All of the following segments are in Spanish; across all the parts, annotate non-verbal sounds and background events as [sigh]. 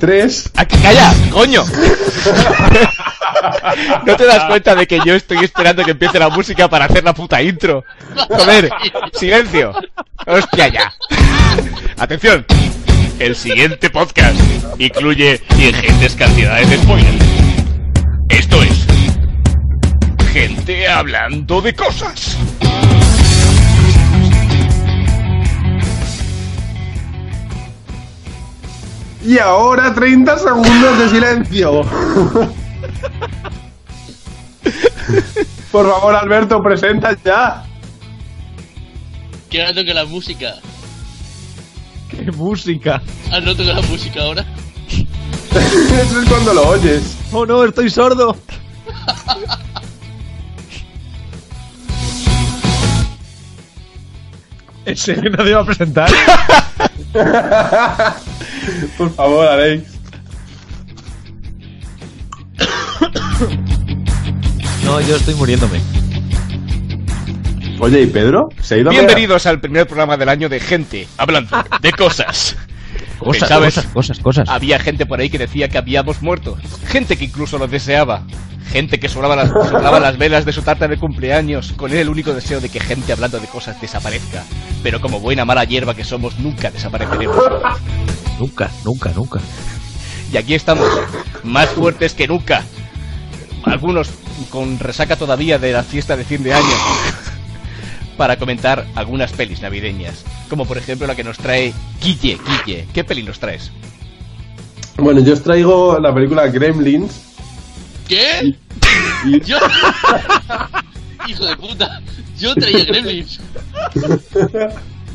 3. Aquí, Ah, ¡Calla! ¡Coño! ¿No te das cuenta de que yo estoy esperando que empiece la música para hacer la puta intro? Joder, silencio. Hostia ya. Atención. El siguiente podcast incluye ingentes cantidades de spoilers. Esto es gente hablando de cosas. Y ahora 30 segundos de silencio. Por favor, Alberto, presenta ya. Que ahora toque la música. ¡Qué música! Ah, no toca la música ahora. Eso es cuando lo oyes. ¡Oh no, estoy sordo! Ese que nadie va a presentar. Por favor, Alex. No, yo estoy muriéndome. Oye, ¿y Pedro? ¿Se ha ido a mear? Bienvenidos al primer programa del año de gente hablando de cosas. Cosas, ¿Sabes? cosas, cosas, cosas. Había gente por ahí que decía que habíamos muerto. Gente que incluso lo deseaba. Gente que soplaba las, soplaba las velas de su tarta de cumpleaños con el único deseo de que gente hablando de cosas desaparezca. Pero como buena mala hierba que somos, nunca desapareceremos. Nunca, nunca, nunca. Y aquí estamos, más fuertes que nunca. Algunos con resaca todavía de la fiesta de fin de año. Para comentar algunas pelis navideñas. Como por ejemplo la que nos trae Guille, Guille. ¿Qué peli nos traes? Bueno, yo os traigo la película Gremlins. ¿Qué? Y [laughs] Yo. Hijo de puta. Yo traía Gremlins.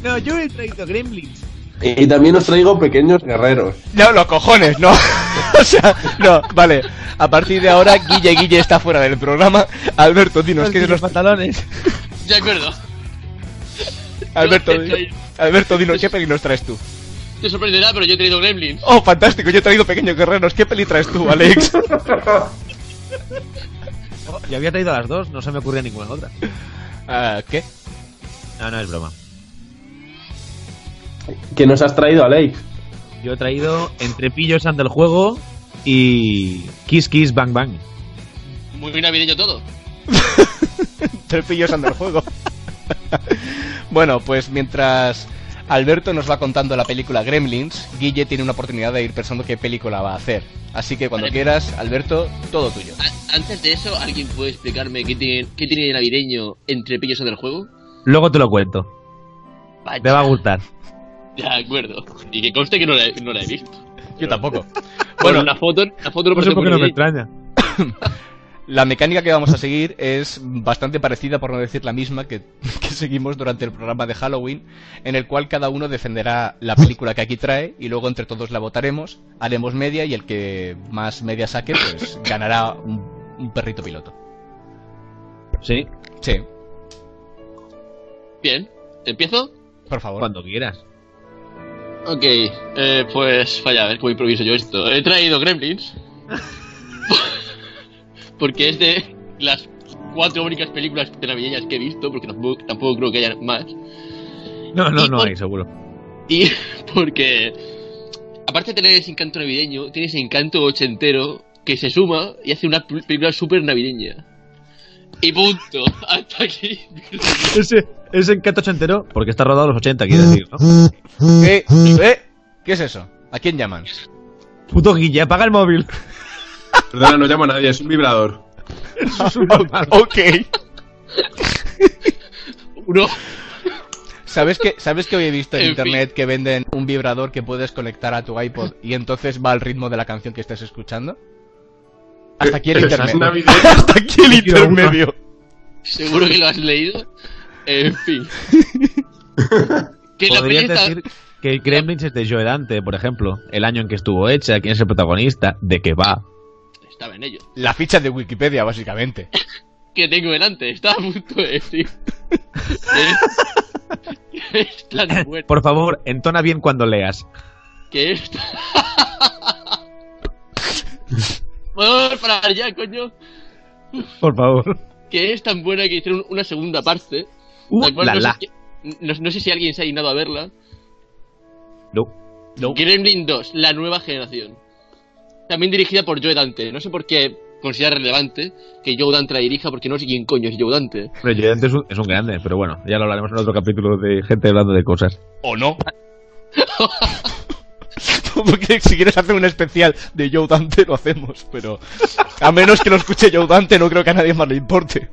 No, yo he traído Gremlins. Y también os traigo pequeños guerreros. [laughs] No, los cojones, no. [laughs] o sea, no, vale. A partir de ahora, Guille Guille está fuera del programa. Alberto, Los dinos, ¿qué nos... pantalones. [laughs] De acuerdo. Alberto, Yo estoy- Alberto, dinos, ¿qué peli nos traes tú? Te sorprenderá, pero yo he traído Gremlins. Oh, fantástico, yo he traído pequeños guerreros. ¿Qué peli traes tú, Alex? Oh, Yo había traído las dos, no se me ocurría ninguna otra. [laughs] Ah, ¿Qué? No, no es broma. ¿Qué nos has traído, Alex? Yo he traído Entre pillos anda el juego y Kiss Kiss Bang Bang. Muy navideño todo. Tres pillos anda el juego. bueno, pues mientras Alberto nos va contando la película Gremlins, Guille tiene una oportunidad de ir pensando qué película va a hacer. Así que cuando Vale. quieras, Alberto, todo tuyo. A- Antes de eso, ¿alguien puede explicarme qué tiene, qué tiene de navideño entre pillos del juego? Luego te lo cuento. Vaya. Te va a gustar. De acuerdo. Y que conste que no la, he- no la he visto. Yo tampoco. Bueno, Bueno, la foto, la foto no No sé parece por qué muy no me navideña. extraña. La mecánica que vamos a seguir es bastante parecida, por no decir la misma, que, [laughs] que seguimos durante el programa de Halloween, en el cual cada uno defenderá la película que aquí trae y luego entre todos la votaremos, haremos media y el que más media saque, pues ganará un, un perrito piloto. Sí, Sí, Bien. ¿Empiezo? por favor. cuando quieras. Ok, eh, pues vaya, a ver cómo improviso yo esto. He traído Gremlins. porque es de las cuatro únicas películas navideñas que he visto, porque tampoco, tampoco creo que haya más. No, no, Y no por- hay, seguro. Y [laughs] porque, aparte de tener ese encanto navideño, tiene ese encanto ochentero que se suma y hace una pl- película súper navideña. Y punto, hasta aquí. Ese, ese encanto ochentero, porque está rodado a los 80, quiero decir, ¿no? Eh, eh, ¿Qué es eso? ¿A quién llaman? Puto Guille, apaga el móvil. [laughs] Perdona, no llamo a nadie, es un vibrador. [laughs] Ok. Uno, [laughs] ¿Sabes que, ¿Sabes que hoy he visto en, En internet que venden un vibrador que puedes conectar a tu iPod y entonces va al ritmo de la canción que estés escuchando? Hasta aquí el Pero es internet. navideño. [laughs] Hasta aquí el Quiero una. intermedio. seguro que lo has leído. En fin. que la peli Podrías está- decir que el Gremlins es de Joe Dante, por ejemplo, el año en que estuvo hecha, quién es el protagonista, de qué va. estaba en ello. La ficha de Wikipedia, básicamente. que tengo delante. Estaba a punto de decir. que es- que es tan bueno. Por favor, entona bien cuando leas. Que es. Vamos para allá, coño. Por Pues favor. Que es tan buena que hicieron una segunda parte. Uh, la cual la, no, la. Sé, qui- no- no sé si alguien se ha dignado a verla. No. Gremlin 2, la nueva generación. también dirigida por Joe Dante. No sé por qué considera relevante que Joe Dante la dirija, porque no sé quién coño es Joe Dante. Hombre, Joe Dante es un, es un grande, pero bueno, ya lo hablaremos en otro capítulo de gente hablando de cosas. ¿O [laughs] no? Porque si quieres hacer un especial de Joe Dante, lo hacemos, pero a menos que lo escuche Joe Dante, no creo que a nadie más le importe.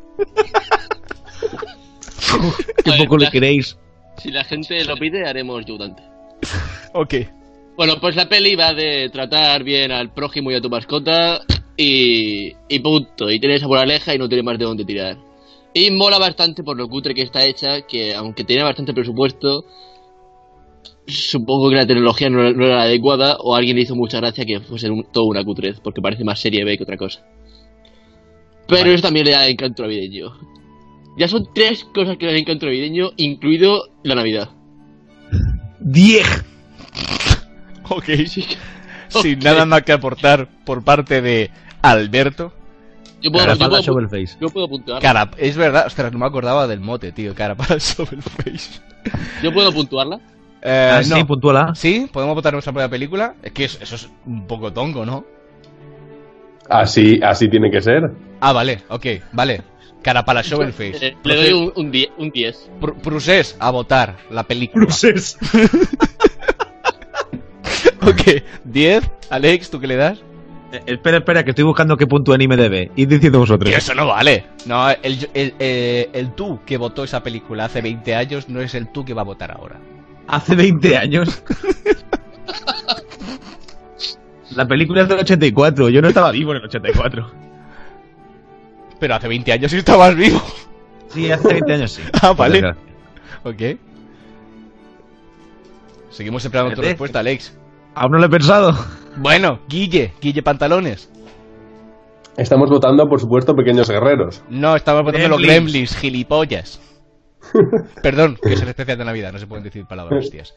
Qué A ver, poco le la- queréis. Si la gente lo pide, haremos Joe Dante. Ok. Bueno, pues la peli va de tratar bien al prójimo y a tu mascota y, y punto. Y tiene esa moraleja y no tiene más de dónde tirar. Y mola bastante por lo cutre que está hecha, que aunque tenía bastante presupuesto, supongo que la tecnología no, no era la adecuada o alguien le hizo mucha gracia que fuese un- todo una cutrez, porque parece más serie B que otra cosa. Pero eso también le da encanto navideño. Ya son tres cosas que le dan encanto navideño, incluido la Navidad. ¡Diez! Ok. Sin nada más que aportar por parte de Alberto. Yo puedo, yo Carapata puedo- Shovelface. yo puedo apuntar. Cara, es verdad, ostras, no me acordaba del mote, tío. Cara [laughs] para el Face. Yo puedo puntuarla. Eh, Ah, no. Sí, puntuala. ¿Sí? ¿Podemos votar nuestra propia película? Es que es- eso es un poco tongo, ¿no? Así, así tiene que ser. Ah, vale, ok, vale. Cara para show el face. Eh, le doy un, un, die- un 10. Pr- Prusés a votar la película. [laughs] Ok, 10. Alex, ¿tú qué le das? Eh, espera, espera, que estoy buscando qué punto anime debe. Y diciendo vosotros. Tío, eso no vale. No, el, el, eh, el tú que votó esa película hace 20 años no es el tú que va a votar ahora. Hace 20 años. La película es del 84, yo no estaba vivo en el 84. Pero hace 20 años sí estabas vivo. [laughs] Sí, hace 20 años sí. Ah, vale. Por desgracia. Ok. Seguimos esperando tu Espérate. respuesta, Alex. Aún no lo he [laughs] pensado. Bueno, Guille, Guille Pantalones. Estamos votando, por supuesto, Pequeños Guerreros. No, estamos votando los Gremlins. gremlins, gilipollas. Perdón, que es el especial de Navidad, no se pueden decir palabras hostias.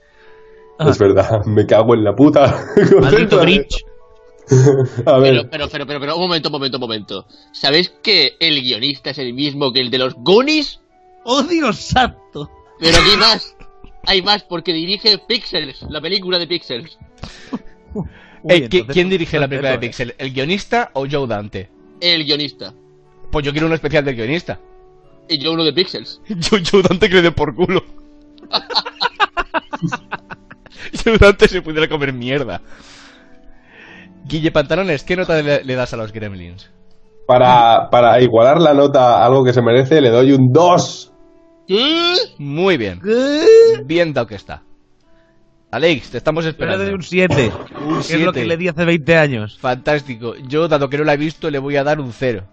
Ah. Es verdad, [laughs] me cago en la puta. [laughs] Maldito Grinch. A Pero, ver, pero, pero, pero, pero, un momento, un momento, un momento. ¿Sabéis que el guionista es el mismo que el de los Goonies? ¡Oh, Dios santo! Pero aquí hay más. Hay más porque dirige Pixels, la película de Pixels. Ey, Eh, ¿qui- ¿Quién dirige la película de Pixel? ¿El guionista o Joe Dante? El guionista. Pues yo quiero un especial del guionista. [laughs] Y yo uno de Pixels. Yo, Joe Dante que le dé por culo. [laughs] Joe Dante se pudiera comer mierda. Guille Pantalones, ¿qué nota le, le das a los gremlins? para, para igualar la nota a algo que se merece, le doy un 2. ¿Qué? Muy bien. Bien dado que está. Alex, te estamos Yo le esperando. doy un 7. Un Que es lo que siete. le di hace 20 años. Fantástico. Yo, dado que no la he visto, le voy a dar [laughs] un cero.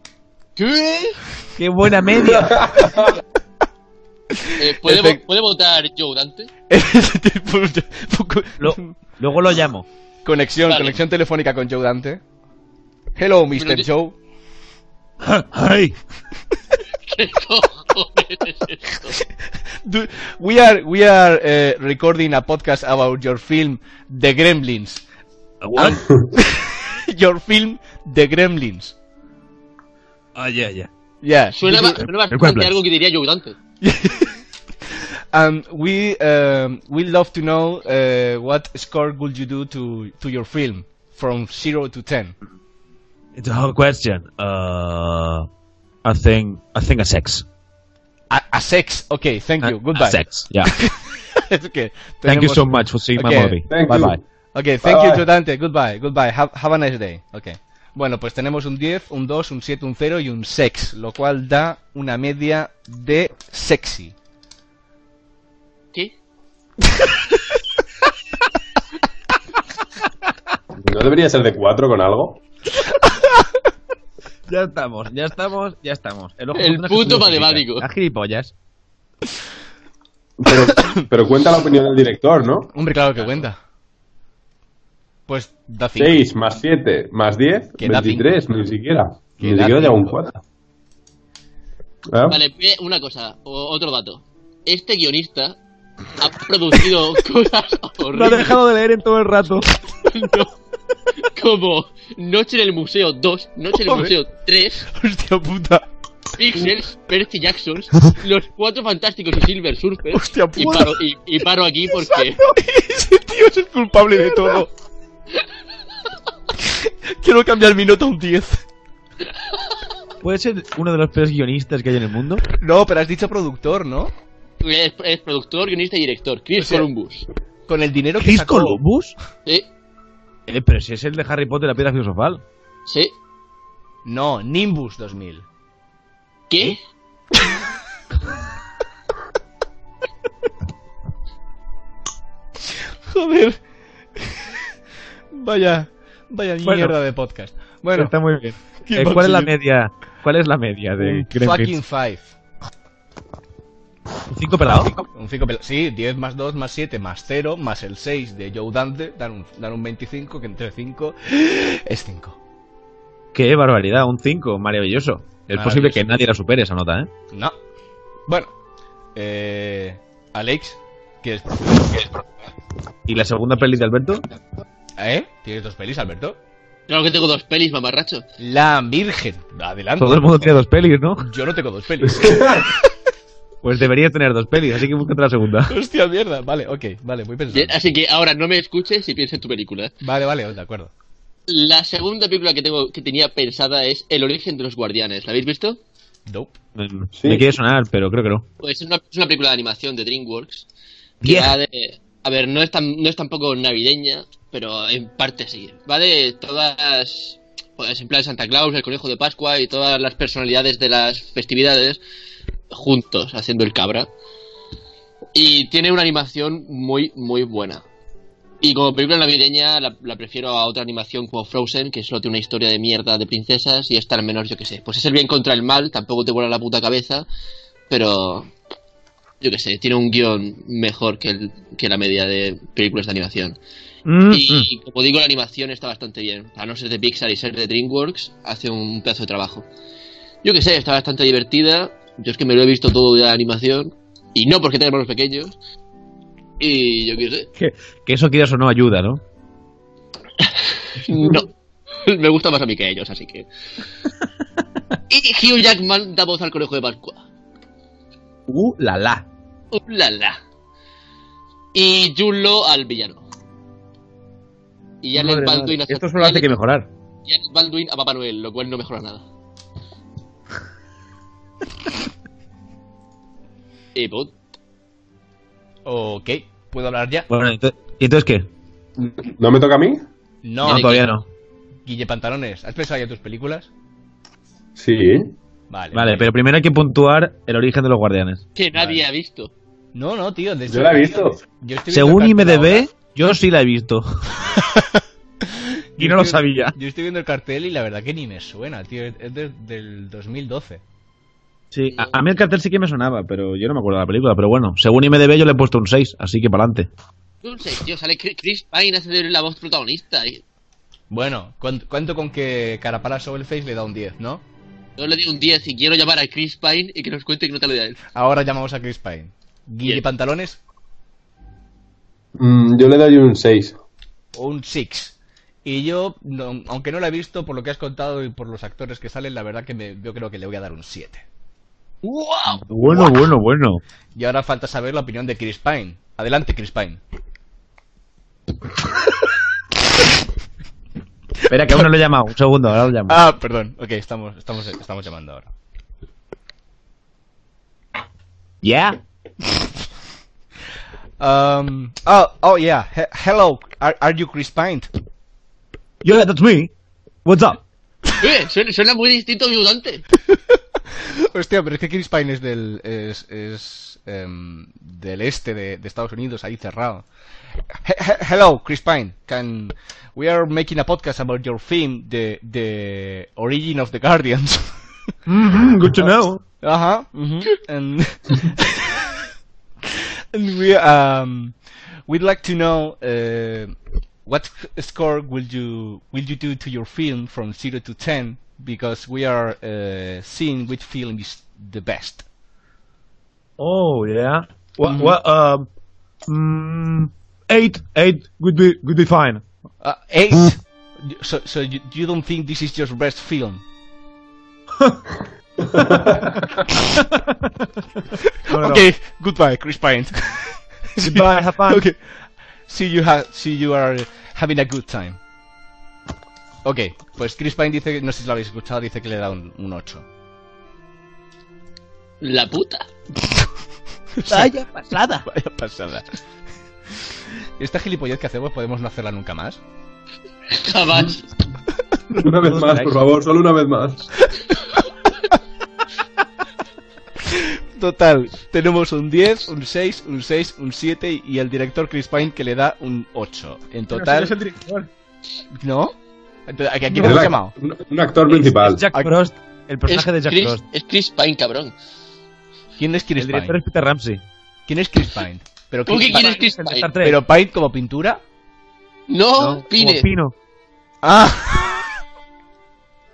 ¿Qué? ¡Qué buena [laughs] media! Eh, ¿puede, Efe- vo- puede votar Joe Dante? [laughs] Lo- luego lo [laughs] llamo. conexión, Vale. conexión telefónica con Joe Dante. Hello, Mr. di- Joe. ¡Ay! ¿Qué cojones es esto? Do- we are we are eh, recording a podcast about your film The Gremlins. [laughs] ¡Ay, Your film The Gremlins. ay, ay! Yeah. Suena, ba- suena bastante Puebla. a algo que diría Joe Dante. And we um, we love to know uh, what score would you do to to your film from zero to ten. It's a hard question. Uh, I think, I think a sex. A, a six. Okay. Thank you. A- Goodbye. A [laughs] sex, yeah. okay. Thank you tenemos- so much for seeing Okay. my movie. Thank bye you. bye. Okay, thank Bye you, bye. Joe Dante. Goodbye, goodbye. Have, have a nice day. Okay. Bueno, pues tenemos un 10, un 2, un 7, un 0 y un sex, lo cual da una media de sexy. ¿Qué? ¿No debería ser de 4 con algo? Ya estamos, ya estamos, ya estamos. ojo El no es puto que se matemático. justifica. Ah, gilipollas. Pero, pero cuenta la opinión del director, ¿no? Hombre, claro que cuenta. Pues da 5. [laughs] 6 más 7 más 10, Que da 23, ni siquiera. Que Ni da siquiera llega un cinco. 4. ¿Ah? Vale, ve una cosa, o- otro dato. Este guionista ha producido [laughs] cosas Lo ha horribles dejado de leer en todo el rato. [laughs] como Noche en el Museo 2, Noche en el Joder. Museo 3, Hostia puta. Pixels, [laughs] Percy Jackson, Los Cuatro Fantásticos y Silver Surfer. Hostia Y puta. paro, y, y [laughs] paro aquí porque Ese tío es el culpable de todo. [laughs] Quiero cambiar mi nota a un 10. ¿Puede ser uno de los peores guionistas que hay en el mundo? No, pero has dicho productor, ¿no? Es, es productor, guionista y director. Chris O sea- Columbus. Con el dinero que ¿Chris sacó. Columbus? Sí, Eh, pero si es el de Harry Potter, la piedra filosofal. sí. No, Nimbus 2000. ¿Eh? ¿Qué? Joder. [laughs] Vaya, vaya Bueno. mierda de podcast. Bueno, Está muy bien. ¿Quién Eh, va a ¿Cuál es la seguir? media? ¿Cuál es la media de un fucking five. ¿Cinco pelados? Un cinco pel- Sí, 10 más 2 más 7 más 0 más el 6 de Joe Dante dan un, dan un 25, que entre 5 es 5. Qué barbaridad, un 5, maravilloso. Es Maravilloso. posible que nadie la supere esa nota, ¿eh? No. Bueno, eh, Alex, ¿quieres, ¿Y la segunda peli de Alberto? ¿eh? ¿Tienes dos pelis, Alberto? Claro que tengo dos pelis, mamarracho. La Virgen, adelante. Todo el mundo tiene dos pelis, ¿no? Yo no tengo dos [laughs] pelis. Pues debería tener dos pelis, así que búscate la segunda. Hostia mierda. Vale, ok, vale, muy pensado. Bien, así que ahora no me escuches y piensa en tu película. Vale, vale, de acuerdo. La segunda película que tengo que tenía pensada es El origen de los guardianes. ¿La habéis visto? Dope. Mm, Sí. Me quiere sonar, pero creo que no. Pues es una, es una película de animación de DreamWorks. Que Vieja. va de- a ver, no es, tan, no es tampoco navideña, pero en parte sí. Va de todas. Pues en plan Santa Claus, el conejo de Pascua y todas las personalidades de las festividades juntos haciendo el cabra. Y tiene una animación muy, muy buena. Y como película navideña la, la prefiero a otra animación como Frozen, que solo tiene una historia de mierda de princesas y esta al menos, yo qué sé. Pues es el bien contra el mal, tampoco te vuela la puta cabeza, pero yo qué sé, tiene un guión mejor que, el- que la media de películas de animación. Mm, mm. Y como digo, la animación está bastante bien. A no ser de Pixar y ser de DreamWorks, hace un pedazo de trabajo. Yo qué sé, está bastante divertida. Yo es que me lo he visto todo de la animación. Y no porque tenga hermanos pequeños. Y yo qué sé. [laughs] Que eso quieras o no ayuda, ¿no? No. Me gusta más a mí que a ellos, así [laughs] que. Y Hugh Jackman da voz al conejo de Pascua. Uh, la la. Uh, la, la. Y Julo al villano. Y Alec Madre Baldwin mía, a Esto solo hace que mejorar. y Alec Baldwin a Papá Noel, lo cual no mejora nada. y put. Ok, ¿puedo hablar ya? Bueno, ento- ¿y entonces qué? ¿No me toca a mí? No, No, de todavía qué. no. Guille Pantalones, ¿has pensado ya tus películas? Sí. Vale. Vale, pero primero hay que puntuar el origen de los guardianes. Que nadie ha visto. No, no, tío. de hecho- Yo la he visto. Yo estoy Según viendo el cartel IMDB, ahora. yo sí la he [laughs] visto. y Yo no lo estoy- sabía. Yo estoy viendo el cartel y la verdad que ni me suena, tío. Es de- del 2012. Sí, a, a mí el cartel sí que me sonaba, pero yo no me acuerdo de la película. Pero bueno, según IMDB yo le he puesto un 6, así que para adelante. No sé, tío, sale Chris- Chris Pine hace la voz protagonista. eh. y Bueno, cuan- cuento, con que Carapala Face le da un 10, ¿no? Yo le di un 10 y quiero llamar a Chris Pine y que nos cuente que no te lo da él. Ahora llamamos a Chris Pine. Guille Bien. Pantalones, Mm, yo le doy un 6. un 6. Y yo, no- aunque no la he visto, por lo que has contado y por los actores que salen, la verdad que me- yo creo que le voy a dar un 7. ¡Wow! Bueno, bueno, bueno. Y ahora falta saber la opinión de Chris Pine. Adelante, Chris Pine. Espera, que aún no lo he llamado. Un segundo, ahora lo [laughs] llamo. Ah, perdón. Ok, estamos, estamos, estamos llamando ahora. ¿Ya? Um, oh, oh yeah. He- hello, are, are you Chris Pine? Yeah, that's me. What's up? Eh, suena, suena muy distinto a ayudante. [laughs] Hostia, pero es que Chris Pine es del, es, es, em, del este de, de Estados Unidos, ahí cerrado. He- he- hello, Chris Pine. Can we are making a podcast about your film, the the origin of the Guardians. [laughs] Mhm, good to know. uh huh. And [laughs] and we um we'd like to know uh, what score will you will you do to your film from zero to ten because we are uh, seeing which film is the best. Oh, yeah. What, what, um, mm, eight, eight would be, would be [laughs] fine. Uh, eight. So, so you, you don't think this is your best film? No, no, no. Okay, goodbye, Chris Pine. [laughs] Goodbye, have fun. Okay, see you ha- see you are having a good time. Ok, pues Chris Pine dice, no sé si lo habéis escuchado, dice que le da un, un 8. La puta. Vaya pasada. [laughs] Vaya pasada. [laughs] Esta gilipollez que hacemos podemos no hacerla nunca más. Jamás. Una vez más, por favor, solo una vez más. Total, tenemos un 10, un 6, un 6, un 7 y el director Chris Pine que le da un 8. En No, si eres total, el director. ¿no? Entonces, ¿A a quién No. hemos Era llamado? un- Un actor principal. Es Jack Aquí- Frost, el Es personaje de Jack Chris, Frost. es Chris Pine, cabrón. ¿Quién es Chris El director Pine? es Peter Ramsey. ¿Quién [laughs] es Chris Pine? Pero ¿Tú Chris qué Pine- quieres Chris El de Pine? Star Trek. ¿Pero Pine como pintura? No, ¿no? Pine. Como Pino. Ah.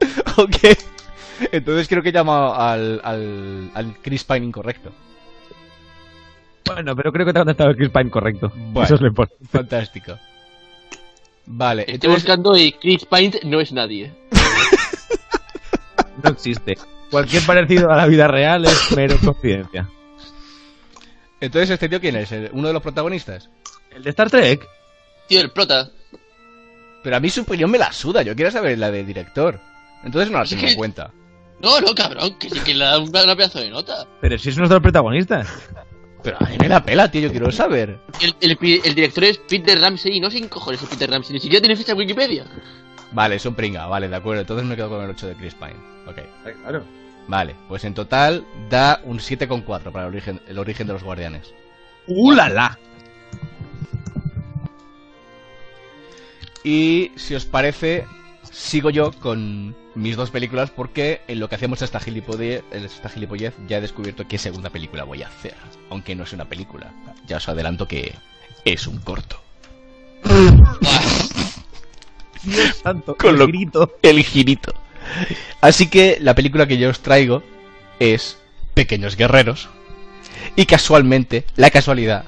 [laughs] ok. Entonces creo que he llamado al, al, al Chris Pine incorrecto. Bueno, pero creo que te ha contestado el Chris Pine correcto. Bueno. Eso es lo importante. Fantástico. Vale, Estoy entonces, buscando y Chris Pine no es nadie. No existe. Cualquier parecido a la vida real es mero coincidencia. entonces este tío quién es? ¿El- ¿Uno de los protagonistas? El de Star Trek, Tío, el prota. Pero a mí su opinión me la suda, yo quiero saber la del director. Entonces no la Es tengo que- en cuenta. No, no, cabrón, que sí que le da un- una pedazo de nota. pero si es uno de los protagonistas. Pero a mí me la pela, tío, yo quiero saber. El, el pi- el director es Peter Ramsey y no sé en cojones es Peter Ramsey, ni siquiera tiene fecha en Wikipedia. Vale, son pringa, vale, de acuerdo. Entonces me quedo con el 8 de Chris Pine. Ok. Vale, pues en total da un 7,4 para el origen, el origen de los guardianes. ¡Uh, la, la! Y si os parece, sigo yo con mis dos películas porque en lo que hacemos esta, gilipolle- esta gilipollez ya he descubierto qué segunda película voy a hacer. Aunque no es una película. Ya os adelanto que es un corto. Dios santo, Con el lo- grito. El girito. Así que la película que yo os traigo es Pequeños Guerreros. Y casualmente, la casualidad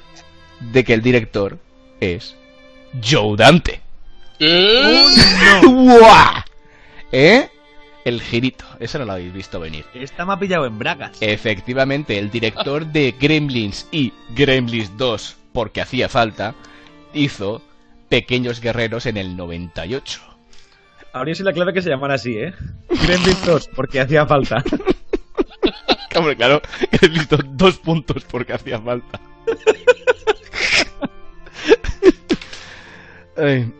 de que el director es Joe Dante. ¡Guau! ¿Eh? El girito. Eso no lo habéis visto venir. Esta me ha pillado en bragas. Eh. Efectivamente, el director de Gremlins y Gremlins 2, porque hacía falta, hizo Pequeños Guerreros en el 98. Habría sido la clave que se llamara así, ¿eh? Gremlins 2, porque hacía falta. [laughs] [laughs] Hombre, claro, Gremlins 2, dos puntos porque hacía [laughs] falta. Eh,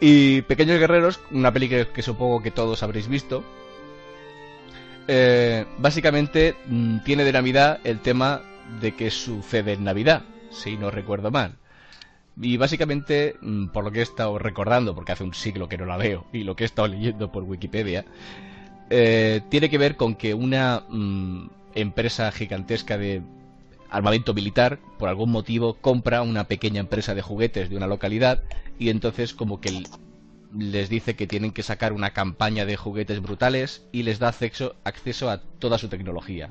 y Pequeños Guerreros, una peli que, que supongo que todos habréis visto. eh, básicamente mm, tiene de Navidad el tema de que sucede en Navidad, si no recuerdo mal. Y básicamente, mm, por lo que he estado recordando, porque hace un siglo que no la veo, y lo que he estado leyendo por Wikipedia, eh, tiene que ver con que una mm, empresa gigantesca de armamento militar, por algún motivo, compra una pequeña empresa de juguetes de una localidad y entonces como que l- les dice que tienen que sacar una campaña de juguetes brutales y les da acceso, acceso a toda su tecnología.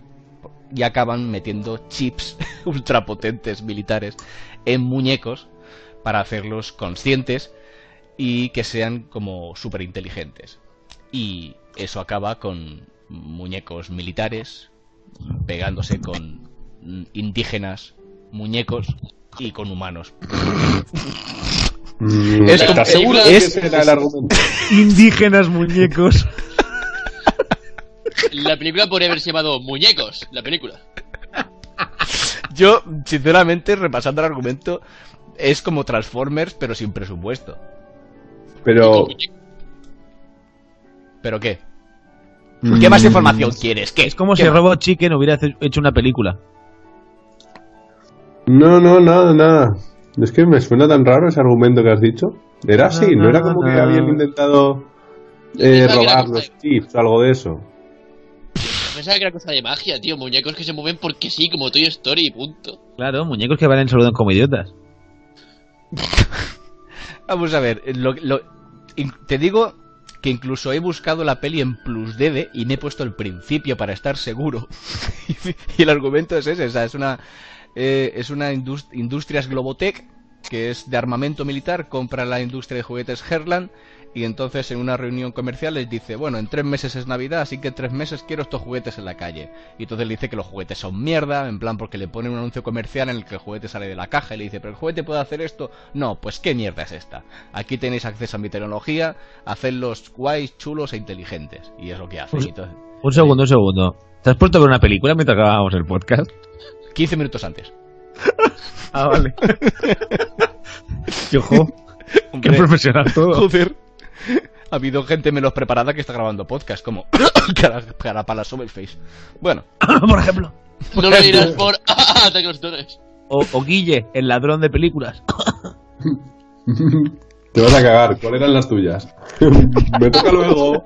Y acaban metiendo chips [laughs] ultrapotentes militares en muñecos para hacerlos conscientes y que sean como súper inteligentes y eso acaba con muñecos militares pegándose con mm, indígenas, muñecos y con humanos. Mm, Es como- ¿Estás seguro de que es- ese era el argumento? Indígenas muñecos. La película podría haberse llamado Muñecos, la película. [laughs] Yo, sinceramente, repasando el argumento, es como Transformers, pero sin presupuesto. Pero ¿Pero qué? ¿Qué Mm. más información quieres? ¿Qué? Mm. Es como si ¿Qué más? Robot Chicken hubiera ce- hecho una película. No, no, nada, nada. Es que me suena tan raro ese argumento que has dicho. Era así, ¿no era como que habían intentado eh, Pensaba que era robar cosa de- los chips o algo de eso? Pensaba que era cosa de magia, tío. Muñecos que se mueven porque sí, como Toy Story, punto. Claro, muñecos que valen saludan como idiotas. Vamos a ver, lo- lo- in- te digo que incluso he buscado la peli en PlusDD y me he puesto el principio para estar seguro. [laughs] y el argumento es ese, o sea, es una, eh, es una indus- industrias Globotech que es de armamento militar, compra la industria de juguetes Herland y entonces en una reunión comercial les dice, bueno, en tres meses es Navidad, así que en tres meses quiero estos juguetes en la calle. Y entonces le dice que los juguetes son mierda, en plan porque le ponen un anuncio comercial en el que el juguete sale de la caja y le dice, pero el juguete puede hacer esto. No, pues qué mierda es esta. Aquí tenéis acceso a mi tecnología, hacedlos guays, chulos e inteligentes. Y es lo que hace. Pues- Y entonces- Un segundo, un segundo. ¿Te has puesto a ver una película mientras acabábamos el podcast? 15 minutos antes. Ah, [laughs] vale. Yojo, qué [laughs] Hombre, profesional [laughs] [laughs] todo. Joder. Ha habido gente menos preparada que está grabando podcast, como [coughs] cara, cara pala sobre el face. Bueno, Por ejemplo. No lo dirás por [laughs] ataque a los Dones. O, o Guille, el ladrón de películas. Te vas a cagar. ¿Cuáles eran las tuyas? [laughs] Me toca luego.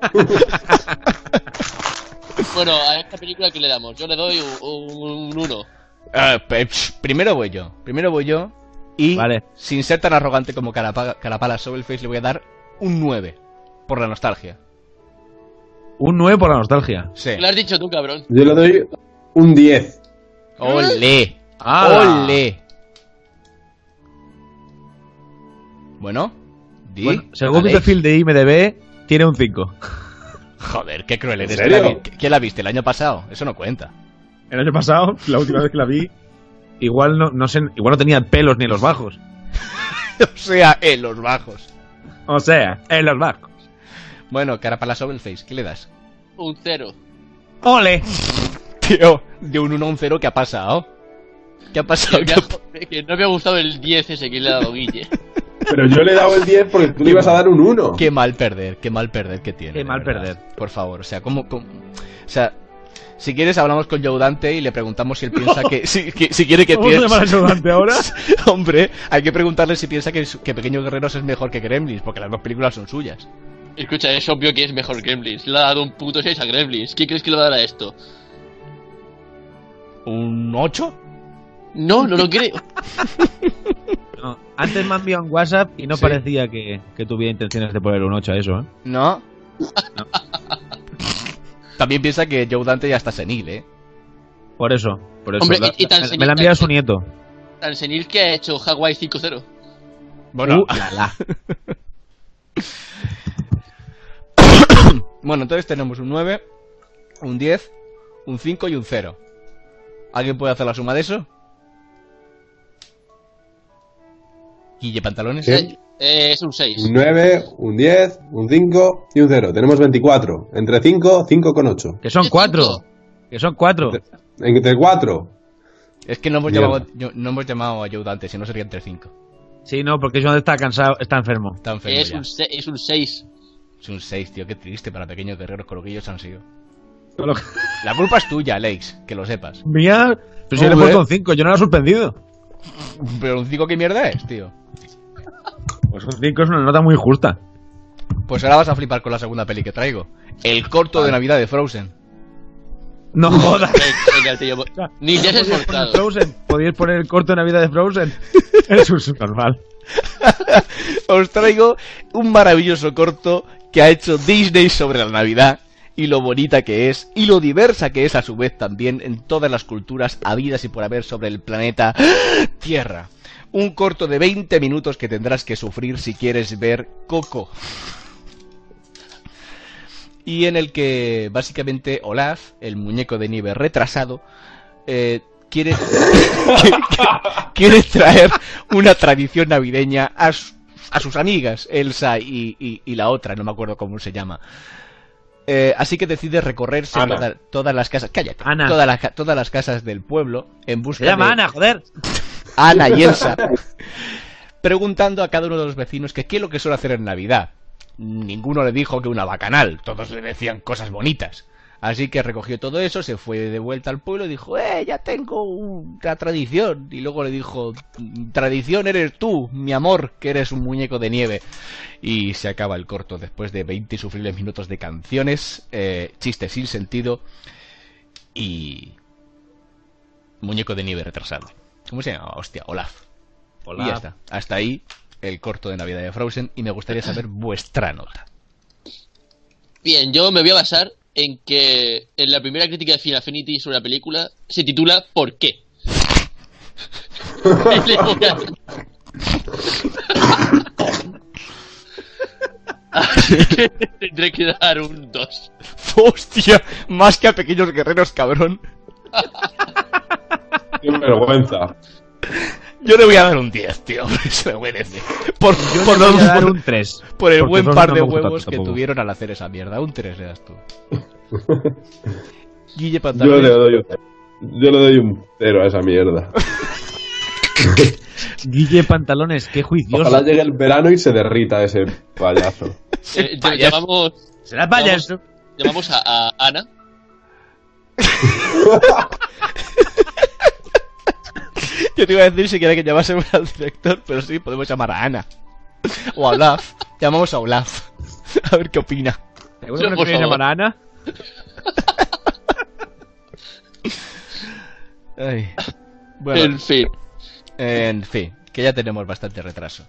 Bueno, a esta película que le damos, yo le doy un- un 1. ah, pe- psh, primero voy yo. Primero voy yo. Y Vale. sin ser tan arrogante como Carapa- Carapala sobre el face, le voy a dar un 9. Por la nostalgia. Un 9 por la nostalgia. Sí. Lo has dicho tú, cabrón. Yo le doy un 10. ¡Ole! ¡Hala! ¡Ole! Bueno, di. Bueno, según Alex. Battlefield de IMDB, tiene un 5. Joder, qué cruel eres. ¿En ¿Quién la serio? vi- ¿Quién la viste? ¿El año pasado? Eso no cuenta. [laughs] El año pasado, la última vez que la vi. Igual no, no sé, igual no tenía pelos ni en los bajos. o sea, en los bajos. O sea, en los bajos. Bueno, cara para sobre el face, ¿qué le das? [laughs] Un 0. ¡Ole! Tío, de un 1 a un 0, ¿qué ha pasado? ¿Qué ha pasado? ¿Qué ha pa- Que no me ha gustado el 10 ese que le ha dado Guille. Pero yo le he dado el 10 porque tú le ibas a dar un 1. Qué mal perder, qué mal perder que tiene. Qué de mal verdad. perder. Por favor, o sea, ¿cómo, cómo- O sea, si quieres hablamos con Joe Dante y le preguntamos si él piensa que... Si, que- si quiere que ¿Vamos a llamar piense... al ayudante [laughs] ahora? [laughs] Hombre, hay que preguntarle si piensa que, su- que Pequeños Guerreros es mejor que Gremlins, porque las dos películas son suyas. Escucha, es obvio que es mejor Gremlins. Le ha dado un puto 6 a Gremlins. ¿Qué crees que le va a dar a esto? ¿Un 8? No, no lo creo. No, antes me han enviado un WhatsApp y no Sí. parecía que, que tuviera intenciones de poner un 8 a eso, ¿eh? ¿No? [laughs] También piensa que Joe Dante ya está senil, ¿eh? Por eso, por eso. Hombre, La- y- y tan me, señor- me la ha enviado su nieto. Tan senil que ha hecho Hawaii 5-0. Bueno, Uh, la, la. [coughs] bueno, entonces tenemos un 9, un 10, un 5 y un 0. ¿Alguien puede hacer la suma de eso? Guille Pantalones. Sí. Eh, es un 6. Un 9, un 10, un 5 y un 0. Tenemos 24. Entre 5, 5,8. Que son cuatro. Que son cuatro. Entre 4. Es que no hemos, Mierda. llamado, yo- no hemos llamado a Joe Dante, si no sería entre 5. Sí, no, porque John está cansado, está enfermo. Está enfermo Es ya. un, se- es un 6. Es un 6, tío, qué triste para pequeños guerreros coloquillos han sido. Solo- [laughs] La culpa es tuya, Alex, que lo sepas. Mía, pues yo le he Hombre. puesto un 5, yo no la he suspendido. Pero un 5 qué mierda es, tío. Pues un 5 es una nota muy justa. Pues ahora vas a flipar con la segunda peli que traigo. El corto de Navidad de Frozen. [laughs] No jodas. Venga, tío, Ni te has Pues esforzado. Frozen, podíais poner el corto de Navidad de Frozen. Eso [laughs] es normal. Os traigo un maravilloso corto que ha hecho Disney sobre la Navidad y lo bonita que es y lo diversa que es a su vez también en todas las culturas habidas y por haber sobre el planeta Tierra. Un corto de 20 minutos que tendrás que sufrir si quieres ver Coco. Y en el que básicamente Olaf, el muñeco de nieve retrasado, eh, quiere, [laughs] quiere traer una tradición navideña a, su- a sus amigas, Elsa y, y- y la otra, no me acuerdo cómo se llama. Eh, así que decide recorrerse Ana. toda- todas las casas, cállate, Ana. Todas, las, ca- todas las casas del pueblo en busca Se llama de Ana, joder. Ana y Elsa, [laughs] preguntando a cada uno de los vecinos que qué es lo que suele hacer en Navidad. Ninguno le dijo que una bacanal, todos le decían cosas bonitas. Así que recogió todo eso, se fue de vuelta al pueblo y dijo, eh, ya tengo una tradición. Y luego le dijo, tradición eres tú, mi amor, que eres un muñeco de nieve. Y se acaba el corto después de 20 insufribles minutos de canciones, eh, chistes sin sentido y... Muñeco de nieve retrasado. ¿Cómo se llamaba? Hostia, Olaf. Y ya está. Hasta ahí el corto de Navidad de Frozen y me gustaría [laughs] saber vuestra nota. Bien, yo me voy a basar en que en la primera crítica de Final Affinity sobre la película se titula ¿Por qué? Y le voy a- [laughs] Tendré que dar un 2. Hostia, más que a pequeños guerreros, cabrón. Qué vergüenza. Yo le voy a dar un 10, tío. [laughs] Se lo merece. Por, Yo por le voy los- a dar un 3. por el porque buen dos par no de me gusta huevos que tampoco. tuvieron al hacer esa mierda. Un 3 le das [laughs] tú. Guille Yo le Pantalones. doy un, yo le doy un cero a esa mierda. Guille Pantalones, qué juicioso. Ojalá llegue el verano y se derrita ese payaso. Eh, ll- llamamos Será payaso. llamamos a, a Ana. Yo te iba a decir si quería que llamásemos al director, pero sí, podemos llamar a Ana. O a Olaf. Llamamos a Olaf. A ver qué opina. ¿Seguro que Yo, no por queréis favor. llamar a Ana? Ay. Bueno, En fin. en fin, que ya tenemos bastante retraso.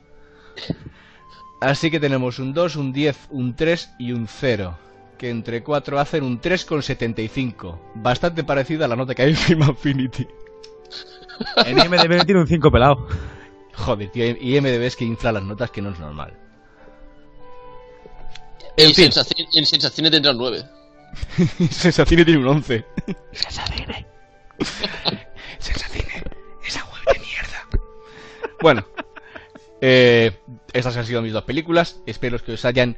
Así que tenemos un 2, un 10, un 3 y un 0. Que entre 4 hacen un 3,75. Bastante parecida a la nota que hay en Film Affinity. En IMDB tiene un 5 pelado. Joder, tío, IMDB es que infla las notas que no es normal. En, fin. sensaci- en sensaciones tendrá un 9. [laughs] Sensacine tiene un 11. [laughs] Sensacine. Esa web de mierda. Bueno. Eh, estas han sido mis dos películas. Espero que os hayan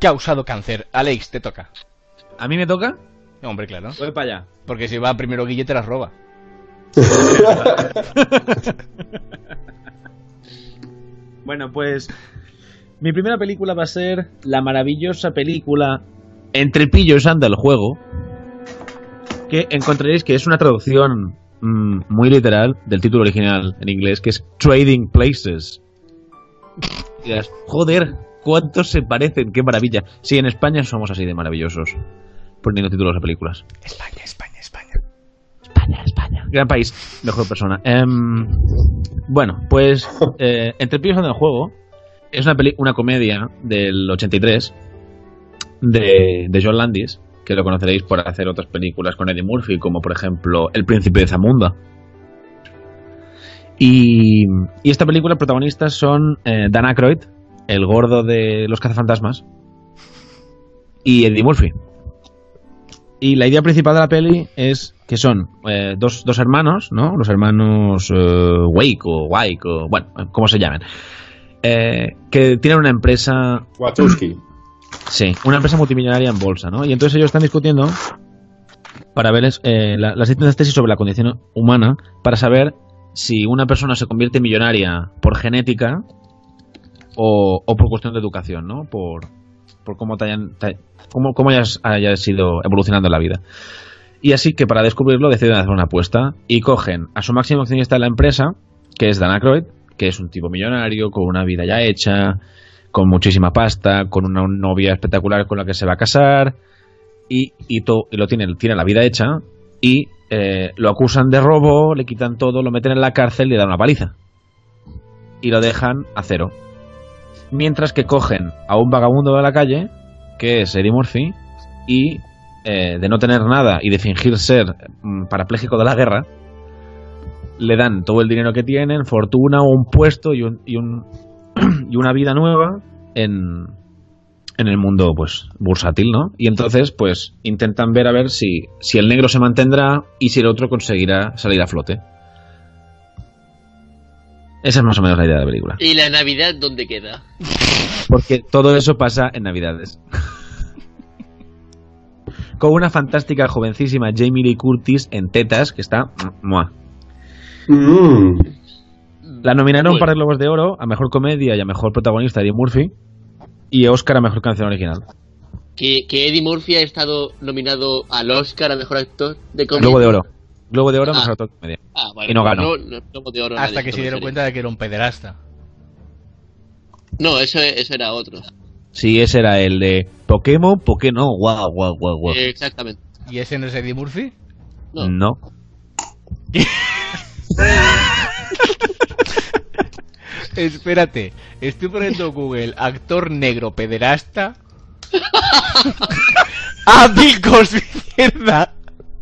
causado cáncer. Alex, te toca. ¿A mí me toca? Hombre, claro. Voy para allá. Porque si va primero Guille te las roba. Bueno, pues mi primera película va a ser la maravillosa película Entre pillos anda el juego, que encontraréis que es una traducción mm, muy literal del título original en inglés, que es Trading Places. Y dirás, joder, cuántos se parecen, qué maravilla. Sí, en España somos así de maravillosos, poniendo títulos a películas. España, España, España. Gran país, mejor persona. Em, bueno, pues eh, Entre Pillos anda el juego es una, peli una comedia del 83 de, de John Landis, que lo conoceréis por hacer otras películas con Eddie Murphy, como por ejemplo El Príncipe de Zamunda. Y, y esta película protagonistas son eh, Dan Aykroyd, el gordo de los cazafantasmas, y Eddie Murphy. Y la idea principal de la peli es que son eh, dos, dos hermanos, ¿no? Los hermanos eh, Wake o Wake o, bueno, como se llamen. Eh, que tienen una empresa Wachowski. Sí, una empresa multimillonaria en bolsa, ¿no? Y entonces ellos están discutiendo para ver eh, la- las distintas tesis sobre la condición humana, para saber si una persona se convierte en millonaria por genética o, o por cuestión de educación, ¿no? Por, por cómo, te hayan- te- cómo, cómo hayas, hayas ido evolucionando en la vida. Y así que para descubrirlo deciden hacer una apuesta y cogen a su máximo accionista de la empresa, que es Dan Aykroyd, que es un tipo millonario, con una vida ya hecha, con muchísima pasta, con una novia espectacular con la que se va a casar y, y, to- y lo tiene, tiene la vida hecha y eh, lo acusan de robo, le quitan todo, lo meten en la cárcel y le dan una paliza. Y lo dejan a cero. Mientras que cogen a un vagabundo de la calle, que es Eddie Murphy, y eh, de no tener nada y de fingir ser mm, parapléjico de la guerra, le dan todo el dinero que tienen, fortuna, un puesto y un- y un, [clears throat] y una vida nueva en, en el mundo pues bursátil, ¿no? Y entonces pues intentan ver a ver si, si el negro se mantendrá y si el otro conseguirá salir a flote. Esa es más o menos la idea de la película. ¿Y la Navidad dónde queda? Porque todo eso pasa en Navidades. Con una fantástica jovencísima Jamie Lee Curtis en tetas que está... ¡mua! Mm. La nominaron Bueno. para Globos de Oro a Mejor Comedia y a Mejor Protagonista Eddie Murphy y a Oscar a Mejor Canción Original. Que, que Eddie Murphy ha estado nominado al Oscar a mejor actor de comedia. Globo de Oro. Globo de Oro, Ah. mejor actor de comedia. Ah, vale. Y no pues ganó. no, no, Globo de oro Hasta nadie, que se no dieron sé. cuenta de que era un pederasta. No, eso, eso era otro. Sí, ese era el de Pokémon, ¿por qué no? Guau, guau, guau, guau. Eh, exactamente. ¿Y ese no es Eddie Murphy? No. No. Espérate, estoy poniendo Google actor negro pederasta. [laughs] [laughs] ¡Ah, Bill Cosby, mierda!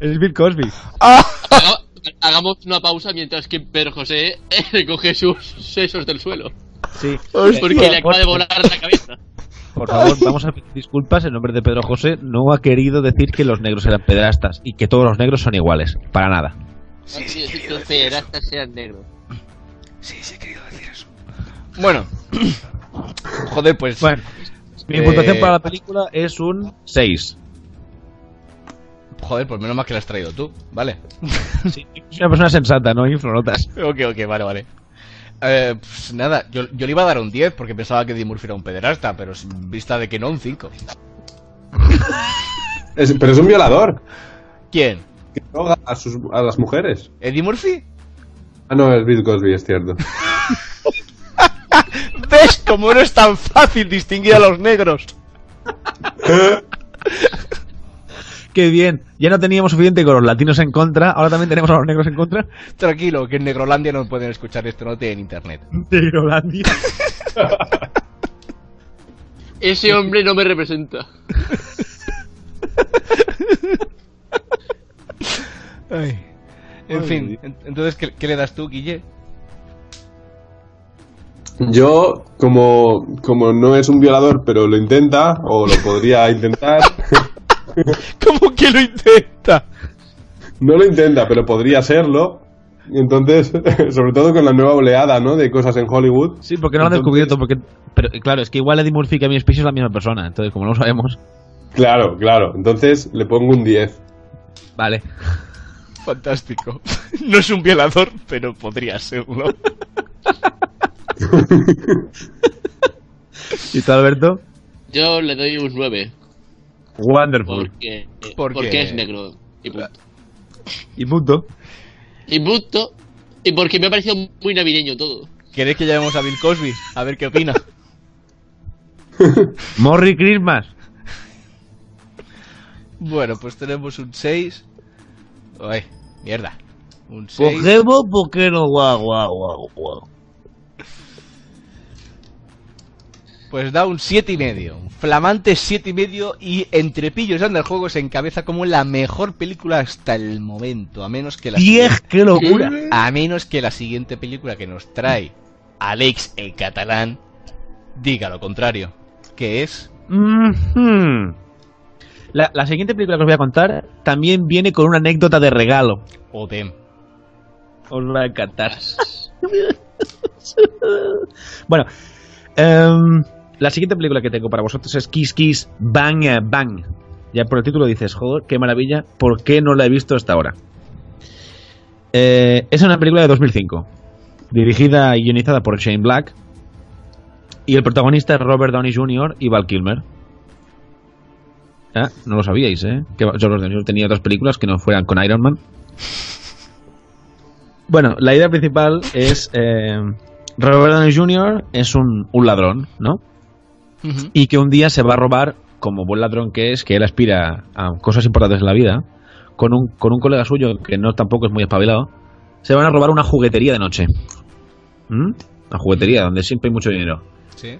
Es Bill Cosby. ¡Ah! [laughs] Haga- Hagamos una pausa mientras que Pedro José recoge sus sesos del suelo. Sí. Porque le acaba de volar la cabeza. Por favor, vamos a pedir disculpas. En nombre de Pedro José, no ha querido decir que los negros eran pedrastas y que todos los negros son iguales. Para nada. [laughs] Sí, sí, sí, que los pederastas sean negros. Sí, sí he querido decir eso. [coughs] Bueno. Joder, pues. Bueno, mi Eh, puntuación para la película es un 6. Joder, pues menos mal que la has traído tú. Vale. Es una persona sensata, ¿no? Inflonotas. Ok, ok, vale, vale. Eh, pues nada, yo, yo le iba a dar un 10 porque pensaba que Eddie Murphy era un pederasta, pero s- vista de que no, un 5. Es- pero es un violador. ¿Quién? Que droga a, sus, a las mujeres. ¿Eddie Murphy? Ah, no, es Bill Cosby, es cierto. ¿Ves cómo no es tan fácil distinguir a los negros? Qué bien. Ya no teníamos suficiente con los latinos en contra. Ahora también tenemos a los negros en [laughs] contra. Tranquilo, que en Negrolandia no pueden escuchar esto, no tienen internet. Negrolandia. Ese hombre no me representa. En fin, en- entonces, ¿qué, qué le das tú, Guille? Yo, como, como no es un violador, pero lo intenta, o lo podría [laughs] intentar. [laughs] ¿Cómo que lo intenta? No lo intenta, pero podría serlo. Y Entonces, [laughs] sobre todo con la nueva oleada, ¿no? De cosas en Hollywood. Sí, porque no lo han descubierto. Porque... Pero eh, claro, es que igual Eddie Murphy que Kevin Spacey es la misma persona. Entonces, como no lo sabemos. Claro, claro. Entonces le pongo un 10. Vale. Fantástico. [laughs] No es un violador, pero podría serlo. ¿Y tú, Alberto? Yo le doy un 9. Wonderful. Porque, eh, ¿Por qué? porque es negro. Y punto. Y punto. Y punto. Y porque me ha parecido muy navideño todo. ¿Queréis que llamemos a Bill Cosby? A ver qué opina. Morri Christmas. [laughs] Bueno, pues tenemos un 6. Ay, mierda. Un 6. Cogemos porque no guau, guau, guau, guau. Pues da un 7 y medio. Un flamante 7 y medio y entre pillos anda el juego se encabeza como la mejor película hasta el momento, a menos que la ¡Diez, qué locura! a menos que la siguiente película que nos trae Alex el catalán diga lo contrario, que es Mhm. La, la siguiente película que os voy a contar también viene con una anécdota de regalo. Odem. Os va a encantar. bueno, em, la siguiente película que tengo para vosotros es Kiss Kiss Bang eh, Bang. Ya por el título dices, joder, qué maravilla, ¿por qué no la he visto hasta ahora? Eh, es una película de 2005, dirigida y guionizada por Shane Black, y el protagonista es Robert Downey Jr. y Val Kilmer. Ah, no lo sabíais, ¿eh? Que Robert Downey Jr. tenía otras películas que no fueran con Iron Man. Bueno, la idea principal es. eh, Robert Downey Jr. es un, un ladrón, ¿no? Y que un día se va a robar, como buen ladrón que es, que él aspira a cosas importantes en la vida, con un, con un colega suyo que no tampoco es muy espabilado, se van a robar una juguetería de noche. ¿Mm? Una juguetería donde siempre hay mucho dinero. Sí.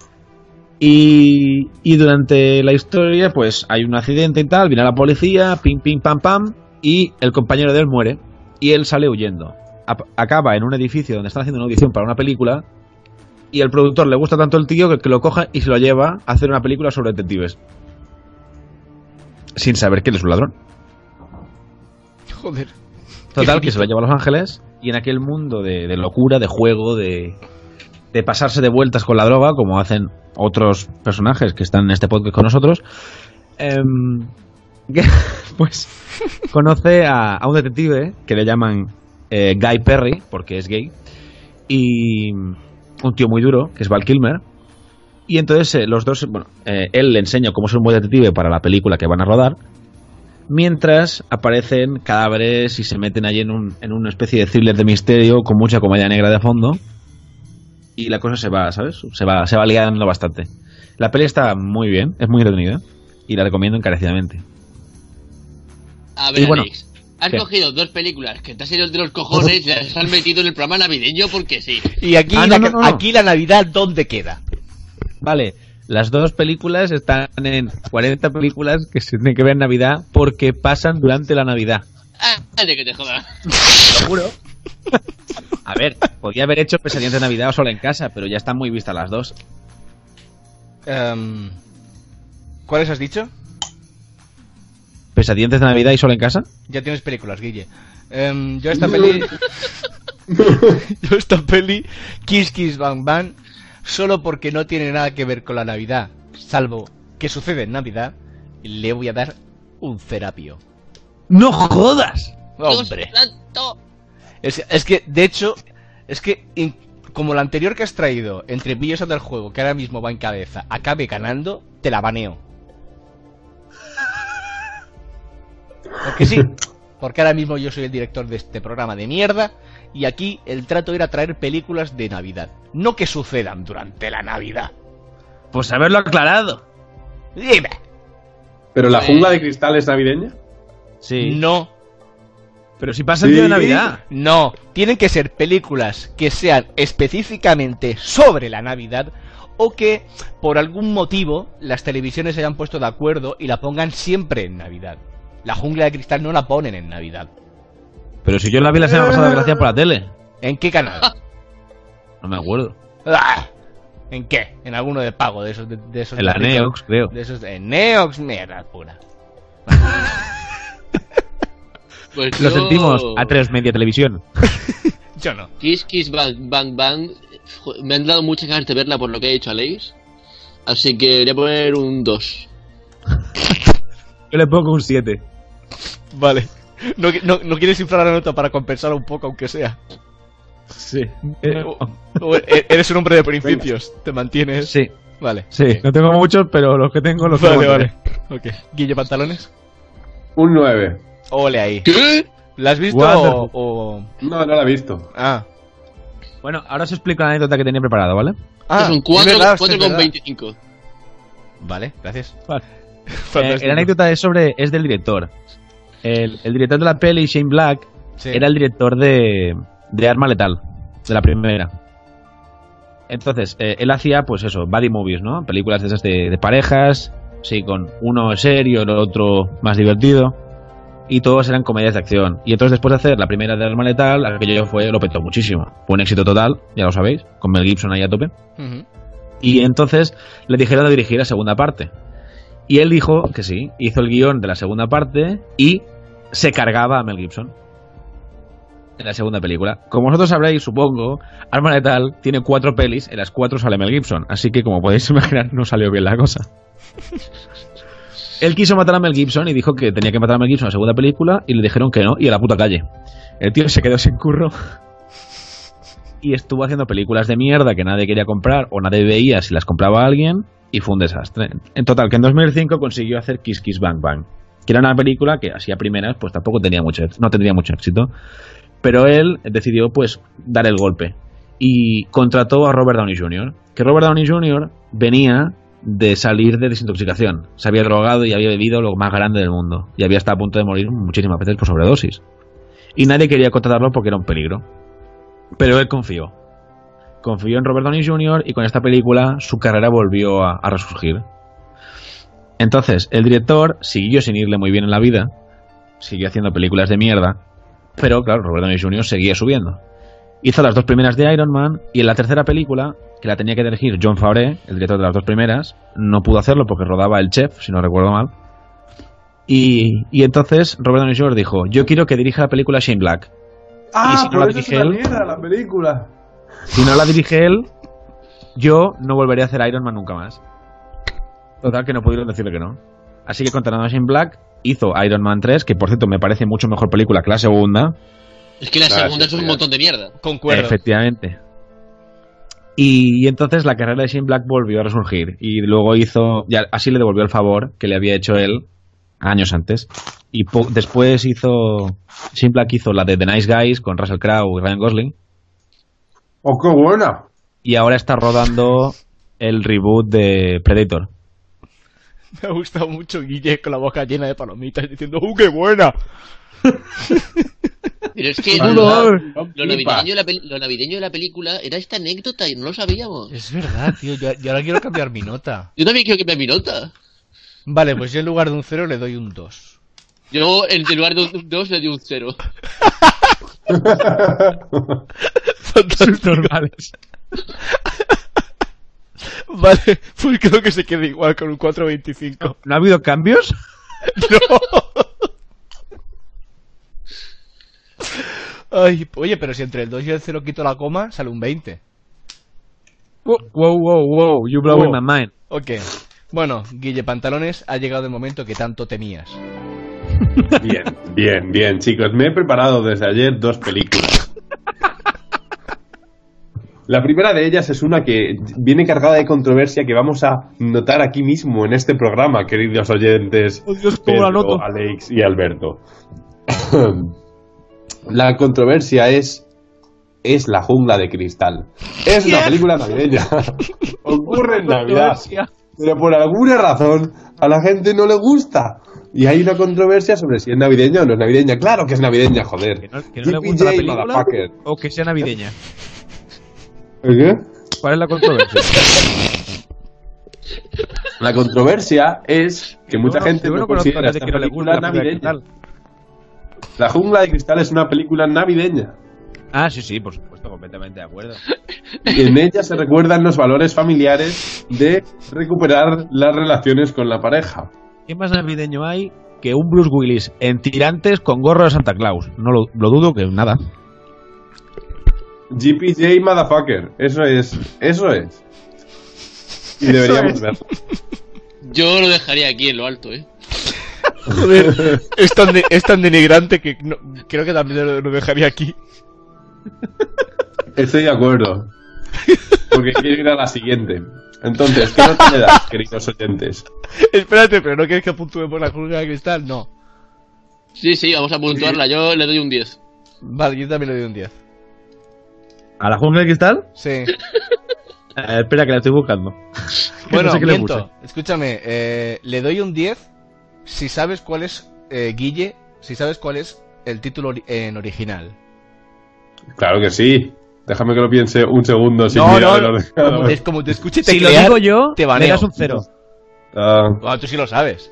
Y, y durante la historia, pues hay un accidente y tal, viene la policía, pim, pim, pam, pam, y el compañero de él muere, y él sale huyendo. Ap- Acaba en un edificio donde están haciendo una audición para una película, y el productor le gusta tanto el tío que, que lo coja y se lo lleva a hacer una película sobre detectives. Sin saber que él es un ladrón. Joder. Total, que se lo lleva a Los Ángeles y en aquel mundo de, de locura, de juego, de, de pasarse de vueltas con la droga, como hacen otros personajes que están en este podcast con nosotros, em, [laughs] que, pues conoce a, a un detective que le llaman eh, Guy Perry, porque es gay, y un tío muy duro, que es Val Kilmer. Y entonces eh, los dos, bueno, eh, él le enseña cómo ser un buen detective para la película que van a rodar mientras aparecen cadáveres y se meten allí en, un- en una especie de thriller de misterio con mucha comedia negra de fondo y la cosa se va, ¿sabes? Se va, se va liando bastante. La peli está muy bien, es muy entretenida y la recomiendo encarecidamente. A ver, Y bueno, Alex. Has ¿qué? cogido dos películas que te has ido de los cojones y las has metido en el programa navideño porque sí. Y aquí, Ah, la, no, no, no, no. aquí la Navidad, ¿dónde queda? Vale, las dos películas están en 40 películas que se tienen que ver en Navidad porque pasan durante la Navidad. Ah, de que te jodas. Te lo juro. A ver, podía haber hecho pesadillas de Navidad sola en casa, pero ya están muy vistas las dos. Em, ¿Cuáles has dicho? ¿Pesadillas de Navidad y sola en casa? Ya tienes películas, Guille. Em, yo esta peli. [laughs] yo esta peli. Kiss Kiss Bang Bang. Solo porque no tiene nada que ver con la Navidad. Salvo que sucede en Navidad. Le voy a dar un terapio. ¡No jodas! Hombre. Es, es que, de hecho. Es que. in- como la anterior que has traído, entre Billos del juego, que ahora mismo va en cabeza, acabe ganando, te la baneo. Porque sí, porque ahora mismo yo soy el director de este programa de mierda y aquí el trato era traer películas de Navidad, no que sucedan durante la Navidad. Pues haberlo aclarado. Dime. ¿Pero la Eh. jungla de cristal es navideña? Sí. No, Pero si pasa el día de Sí. Navidad. no, tienen que ser películas que sean específicamente sobre la Navidad o que por algún motivo las televisiones se hayan puesto de acuerdo y la pongan siempre en Navidad. La jungla de cristal no la ponen en Navidad. Pero si yo la vi la semana pasada, gracias por la tele. ¿En qué canal? No me acuerdo. ¡Ah! ¿En qué? En alguno de pago de esos de, de esos En la de ricos. Neox, creo. De esos de Neox, mierda pura. Pues Lo yo- sentimos a tres media televisión. Yo no. Kiss Kiss Bang Bang Bang. jo- Me han dado muchas ganas de verla por lo que ha dicho Aleix. Así que voy a poner un 2. Yo le pongo un 7. Vale. No, no- no quieres inflar la nota para compensar un poco, aunque sea. Sí. O e- Eres un hombre de principios. Te mantienes. Sí, Vale. sí. No tengo muchos, pero los que tengo los Vale, tengo. eh. vale. Ok. Guille Pantalones. Un 9. Ole ahí. ¿Qué? ¿La has visto o, Wonderful. o- No, no la he visto. Ah. Bueno, ahora os explico la anécdota que tenía preparada, ¿vale? Ah, son es 4, verdad, hostia, es con verdad. 25. Vale, gracias. Vale. Eh, Fantástico. la anécdota es sobre es del director. El, el director de la peli, Shane Black, Sí. era el director de, de Arma Letal, de la primera. Entonces, eh, él hacía, pues eso, buddy movies, ¿no? Películas de esas de, de parejas, sí, con uno serio, el otro más divertido, y todos eran comedias de acción. Y entonces, después de hacer la primera de Arma Letal, aquello fue, lo petó muchísimo. Fue un éxito total, ya lo sabéis, con Mel Gibson ahí a tope. Ujú. Y entonces le dijeron de dirigir la segunda parte. Y él dijo que sí, hizo el guión de la segunda parte y se cargaba a Mel Gibson en la segunda película. Como vosotros sabréis, supongo, Arma Letal tiene cuatro pelis, en las cuatro sale Mel Gibson, así que como podéis [laughs] imaginar no salió bien la cosa. Él quiso matar a Mel Gibson y dijo que tenía que matar a Mel Gibson en la segunda película y le dijeron que no y a la puta calle. El tío se quedó sin curro y estuvo haciendo películas de mierda que nadie quería comprar o nadie veía si las compraba alguien y fue un desastre. En total, que en 2005 consiguió hacer Kiss Kiss Bang Bang, que era una película que así a primeras pues tampoco tenía mucho, no tendría mucho éxito, pero él decidió pues dar el golpe y contrató a Robert Downey Jr., que Robert Downey Jr. venía de salir de desintoxicación, se había drogado y había bebido lo más grande del mundo y había estado a punto de morir muchísimas veces por sobredosis. Y nadie quería contratarlo porque era un peligro. Pero él confió. Confió en Robert Downey Jr. y con esta película su carrera volvió a, a resurgir. Entonces, el director siguió sin irle muy bien en la vida, siguió haciendo películas de mierda, pero claro, Robert Downey Jr. seguía subiendo. Hizo las dos primeras de Iron Man y en la tercera película, que la tenía que dirigir John Favre, el director de las dos primeras, no pudo hacerlo porque rodaba El Chef, si no recuerdo mal. Y, y entonces Robert Downey Jr. dijo, yo quiero que dirija la película Shane Black. Ah, si no por la eso es dirige una él? mierda la película. Si no la dirige él, yo no volveré a hacer Iron Man nunca más. Total, que no pudieron decirle que no. Así que contratando a Shane Black, hizo Iron Man 3, que por cierto me parece mucho mejor película que la segunda. Es que la Claro, segunda sí, es un sí. montón de mierda. Concuerdo. Efectivamente. Y, y entonces la carrera de Shane Black volvió a resurgir. Y luego hizo. ya así le devolvió el favor que le había hecho él años antes. Y po- después hizo. Shane Black hizo la de The Nice Guys con Russell Crowe y Ryan Gosling. ¡Oh, qué buena! y ahora está rodando el reboot de Predator. [laughs] Me ha gustado mucho Guille con la boca llena de palomitas diciendo ¡Uh, qué buena! Pero es que No lo, flipas. navideño de la, peli- lo navideño de la película era esta anécdota y no lo sabíamos. Es verdad, tío. Yo, yo ahora quiero cambiar mi nota. Yo también quiero que me mi nota. Vale, pues yo en [laughs] lugar de un 0 le doy un 2. Yo en lugar de un 2 le di un 0. Subnormales. Vale, pues creo que se queda igual con un 4.25. ¿No ha habido cambios? Ay, oye, pero si entre el 2 y el 0 quito la coma, sale un 20. Wow, wow, wow, you blowing Wow. my mind. Ok. Bueno, Guille Pantalones, ha llegado el momento que tanto temías. Bien, bien, bien, chicos. Me he preparado desde ayer dos películas. La primera de ellas es una que viene cargada de controversia que vamos a notar aquí mismo en este programa, queridos oyentes. Oh, Dios, ¿cómo la noto? Alex y Alberto. [coughs] la controversia es es la jungla de cristal. Es una película navideña. [laughs] Ocurre en Navidad. Pero por alguna razón a la gente no le gusta. Y hay una controversia sobre si es navideña o no es navideña. Claro que es navideña, joder. Que no, que no le gusta la JPJ, película motherfucker. o que sea navideña. ¿Eh? ¿Cuál es la controversia? La controversia es [laughs] que Yo mucha no- gente yo no no conozco a considera nadie esta que no le guste película la película de navideña. La jungla de cristal es una película navideña. Ah, sí, sí, por supuesto, completamente de acuerdo. Y en ella se recuerdan los valores familiares de recuperar las relaciones con la pareja. ¿Qué más navideño hay que un Bruce Willis en tirantes con gorro de Santa Claus? No lo, lo dudo que nada. GPJ motherfucker. Eso es. Eso es. Y deberíamos ver. Yo lo dejaría aquí en lo alto, ¿eh? Joder, es tan, de- es tan denigrante que no- creo que también lo, lo dejaría aquí. Estoy de acuerdo. Porque quiero ir a la siguiente. Entonces, ¿qué no te das, queridos oyentes? Espérate, pero no quieres que apuntemos la jungla de cristal, no. Sí, sí, vamos a puntuarla. Yo le doy un 10. Vale, yo también le doy un 10. ¿A la jungla de cristal? Sí. Eh, espera, que la estoy buscando. [laughs] Que Bueno, no sé qué le miento. Escúchame, eh, le doy un 10 si sabes cuál es, eh, Guille, si sabes cuál es el título ori- en original. Claro que sí. Déjame que lo piense un segundo sin no, mirar no, el como, ordenador. [laughs] es como te escuche Si lo teclear- digo yo, te te baneo. le das un cero. Ah, Ah, tú sí lo sabes.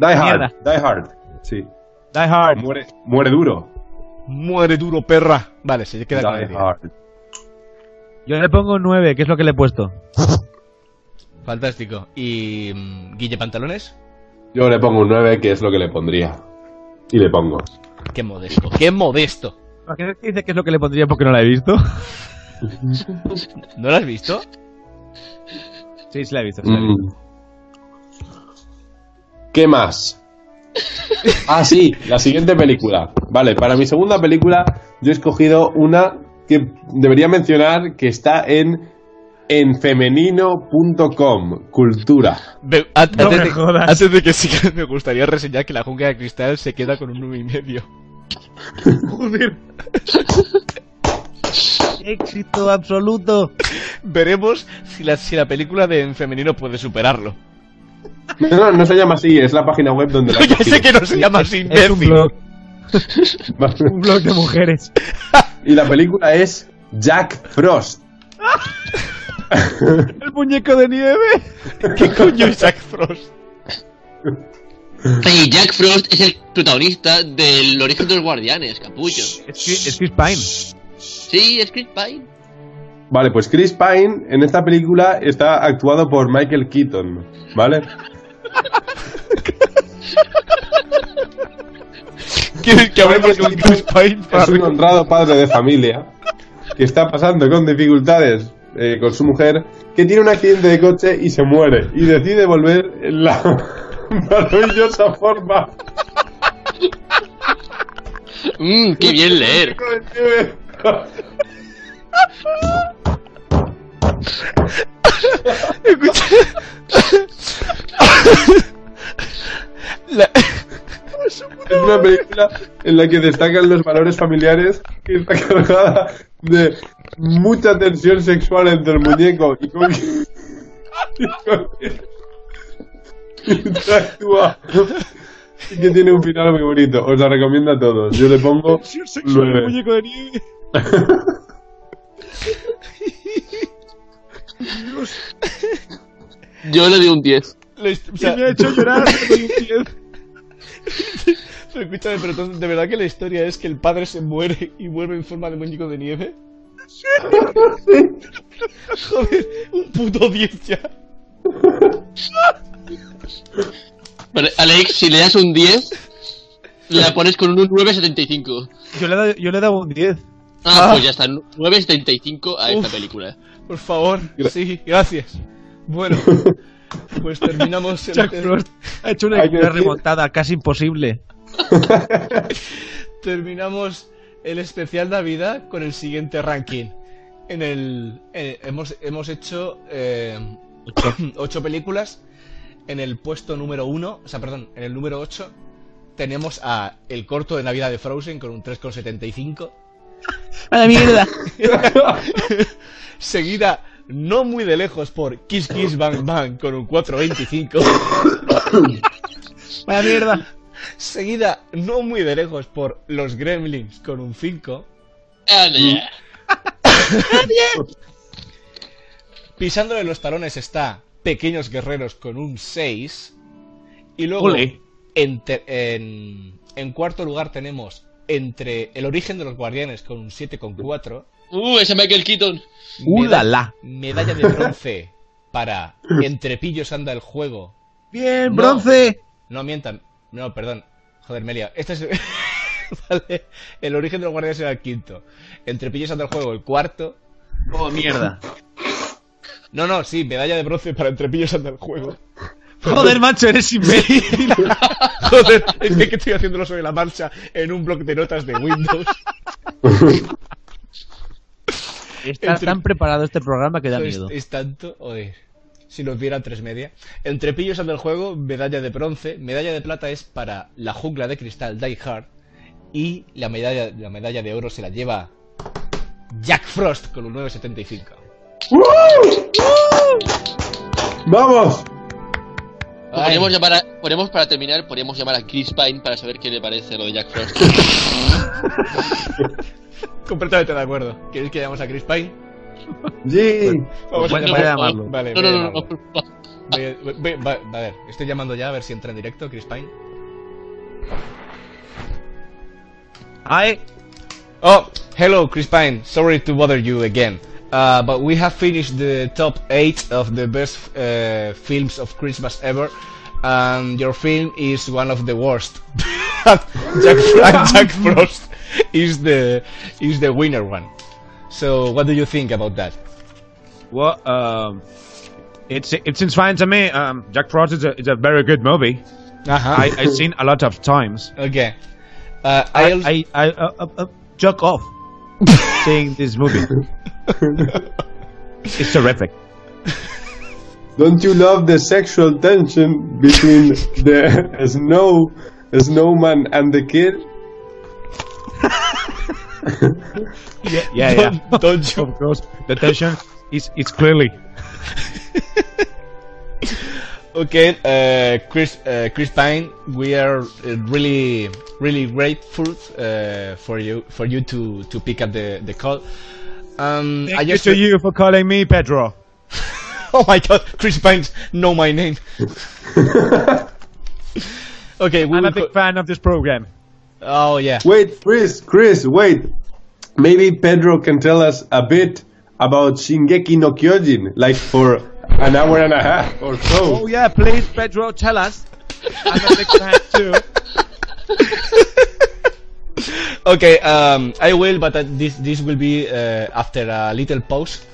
die Hard. Mierda. Die Hard. Sí. Die Hard. Muere, muere duro. Muere duro, perra. Vale, se queda con el Die 10. Hard. Yo le pongo un 9, que es lo que le he puesto. Fantástico. ¿Y mm, Guille Pantalones? Yo le pongo un 9, que es lo que le pondría. Y le pongo. Qué modesto, qué modesto. ¿Para qué dice que es lo que le pondría porque no la he visto? [laughs] ¿No lo has visto? Sí, sí la he visto. Mm. ¿Qué [laughs] más? Ah, sí, la siguiente película. Vale, para mi segunda película yo he escogido una que debería mencionar que está en enfemenino.com, cultura. Ve- an- No antes, me de, jodas. antes de que siga, me gustaría reseñar que la jungla de cristal se queda con un 9 y medio. [laughs] Mm. Éxito absoluto. Veremos si la, si la película de En Femenino puede superarlo. No, no, no se llama así, es la página web [laughs] donde la he Ya cogido. sé que no se llama así, Es un imbécil. blog, un blog de mujeres. [laughs] Y la película es Jack Frost. El muñeco de nieve. ¿Qué coño es Jack Frost? Y Jack Frost es el protagonista del origen de los guardianes, capullo. Es que es Chris Pine. Sí, es Chris Pine. Vale, pues Chris Pine en esta película está actuado por Michael Keaton, ¿vale? ¿Quieres que hablemos con Chris Pine? es un honrado padre de familia que está pasando con dificultades eh, con su mujer, que tiene un accidente de coche y se muere, y decide volver en la [laughs] maravillosa forma. Mmm, qué bien leer. Escucha. La- Es una película en la que destacan los valores familiares y está cargada de mucha tensión sexual entre el muñeco y con... y con- interactúa. Y que tiene un final muy bonito. Os la recomiendo a todos. Yo le pongo El 9. muñeco de nieve. Yo le doy un 10. les- o Que sea, [laughs] me ha hecho llorar. le doy un 10. [laughs] Pero escúchame, pero entonces, ¿de verdad que la historia es que el padre se muere y vuelve en forma de muñeco de nieve? [laughs] Joder, un puto 10 ya. Vale, Alex, si le das un 10, la pones con un 9.75. Yo le, he dado- yo le he dado un 10. Ah, pues ya está, 9.75 a esta película. Por favor, sí, gracias. Bueno, pues terminamos el, Jack Frost ha hecho una, Hay que una decir- remontada casi imposible. terminamos el especial Navidad con el siguiente ranking. En el eh, hemos, hemos hecho eh, [clears throat] ocho películas. En el puesto número uno, o sea, perdón, en el número 8 tenemos a el corto de Navidad de Frozen con un 3,75. A la mierda. seguida no muy de lejos por Kiss Kiss Bang Bang con un 4.25. A la mierda. [laughs] Seguida no muy de lejos por Los Gremlins con un 5. Anda ya. Pisándole los talones está Pequeños Guerreros con un 6. Y luego Ole. en, ter- en- en cuarto lugar tenemos entre El origen de los guardianes con un 7,4. Uh, ese Michael Keaton. meda- ¡Ulala! Medalla de bronce para Entre pillos anda el juego ¡Bien, No. bronce! No mientan. No, perdón. Joder, Melia. Este es. [laughs] vale. El origen de los guardias era el quinto. Entre pillos anda el juego, el cuarto. Oh, mierda. No, no, sí, medalla de bronce para entre pillos anda el juego. Joder, macho, eres imbécil. Joder, es que, que estoy haciéndolo sobre la marcha en un bloc de notas de Windows. Está Entre- tan preparado este programa que da es, miedo. es tanto. Joder. Si nos diera tres media. Entre pillos anda el juego, medalla de bronce. Medalla de plata es para la jungla de cristal Die Hard. Y la medalla, la medalla de oro se la lleva Jack Frost con un 975. ¡Vamos! Podríamos, llamar a- podríamos, para terminar, podríamos llamar a Chris Pine para saber qué le parece lo de Jack Frost. Completamente de acuerdo. ¿Queréis que llamemos a Chris Pine? Sí. Vamos Bueno, a voy a llamarlo. llamarlo. Vale, No, voy a no, no, no, llamarlo. por favor. Voy- voy- va- va- a ver, estoy llamando ya a ver si entra en directo Chris Pine. ¡Ay! Oh, hello Chris Pine. Sorry to bother you again. Uh, but we have finished the top 8 of the best uh, films of Christmas ever. And your film is one of the worst. [laughs] Jack, [laughs] Jack Frost is the is the winner one. So what do you think about that? Well, um, it's it seems fine to me. Um, Jack Frost is a, is a very good movie. Ajá. Uh-huh. I I've seen a lot of times. Okay. Uh, I, also- I I, I uh, uh, uh, jerk [laughs] off seeing this movie. it's terrific. Don't you love the sexual tension between the snow, snowman and the kid? Yeah, yeah, yeah. [laughs] Don't you- of course, the tension is it's clearly. Okay, uh, Chris, uh, Chris Pine, we are uh, really, really grateful uh, for you for you to, to pick up the, the call. Um, I Thank you just to you for calling me Pedro. [laughs] oh my god, Chris Pine, know my [laughs] name. okay, we I'm a will big co- fan of this program. oh yeah, Wait, Chris, Chris, wait. Maybe Pedro can tell us a bit about Shingeki no Kyojin, like for an hour and a half or Oh so. yeah, please, Pedro, tell us. I'm a big fan [laughs] too. okay. Um, I will, but uh, this this will be uh, after a little pause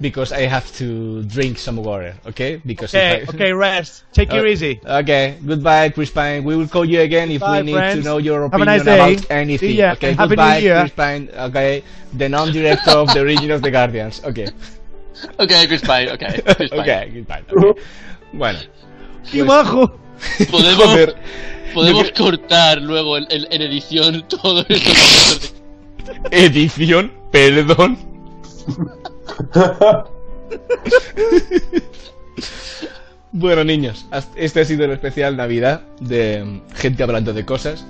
because I have to drink some water. Okay, because Okay, if I, okay, rest. Take it Uh, easy. Okay, goodbye, Chris Pine. We will call you again if Bye, we need to friends. know your Have a opinion nice day. about anything. See ya. Okay, Happy New goodbye, Year. Chris Pine. Okay, the non-director of the Origin of the Guardians. Okay, Ok, Chris Pine, ok. [laughs] Chris Pine. okay, goodbye. okay. Bueno, ¡Qué bajo! Podemos, joder, podemos cortar luego en, en- en edición [laughs] todo esto. edición, [laughs] perdón. Bueno, niños, has- este ha sido el especial Navidad de mm, gente hablando de cosas.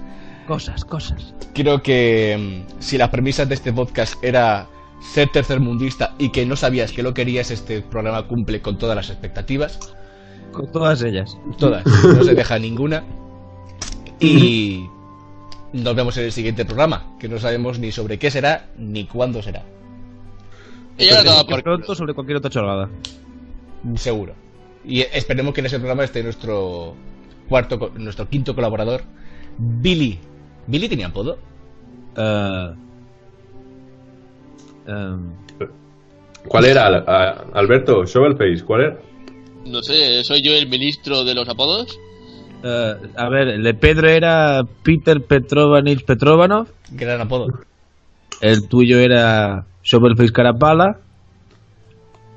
Cosas, cosas. creo que mm, si las premisas de este podcast era ser tercermundista y que no sabías que lo querías, este programa cumple con todas las expectativas. Con todas ellas. Todas, no se deja ninguna. Y Nos vemos en el siguiente programa, que no sabemos ni sobre qué será ni cuándo será. Y ahora toma Por por pronto sobre cualquier otra chorgada. Seguro. Y esperemos que en ese programa esté nuestro cuarto, co- nuestro quinto colaborador, Billy. ¿Billy tenía apodo? Eh, em, ¿Cuál era, Al- a- Alberto? Shovelface, ¿cuál era? No sé, ¿soy yo el ministro de los apodos? eh, a ver, el de Pedro era Peter Petrovanich Petrovanov. Gran apodo. El tuyo era Shovelface Carapala.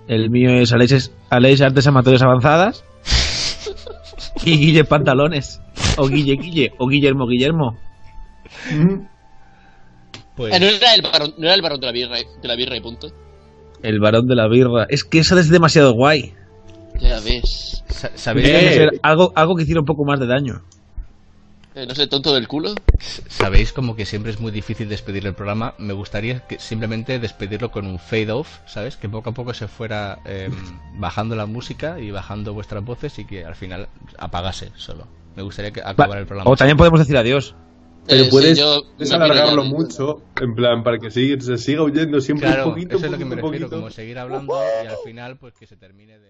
El mío es Aleix, Aleix Artes [laughs] Amatorias Avanzadas. Y Guille Pantalones. O Guille Guille. O Guillermo Guillermo. Pues, Ah, no, era el barón, no era el barón de la birra, de la birra y punto. El varón de la birra. Es que eso es demasiado guay. Ya ves. sa- Tiene que ¿sabéis, Eh. ser algo, algo que hiciera un poco más de daño. Eh, no sé, tonto del culo. sabéis como que siempre es muy difícil despedir el programa. Me gustaría que simplemente despedirlo con un fade off, ¿sabes? Que poco a poco se fuera em, bajando la música y bajando vuestras voces y que al final apagase solo. Me gustaría que acabar el programa. O también podemos decir adiós. Pero Eh, sí, puedes, yo puedes me piro alargarlo ya. mucho, en plan, para que siga- se siga oyendo siempre Claro, un poquito, eso es lo que me un refiero, poquito, un poquito. como seguir hablando y al final pues que se termine de...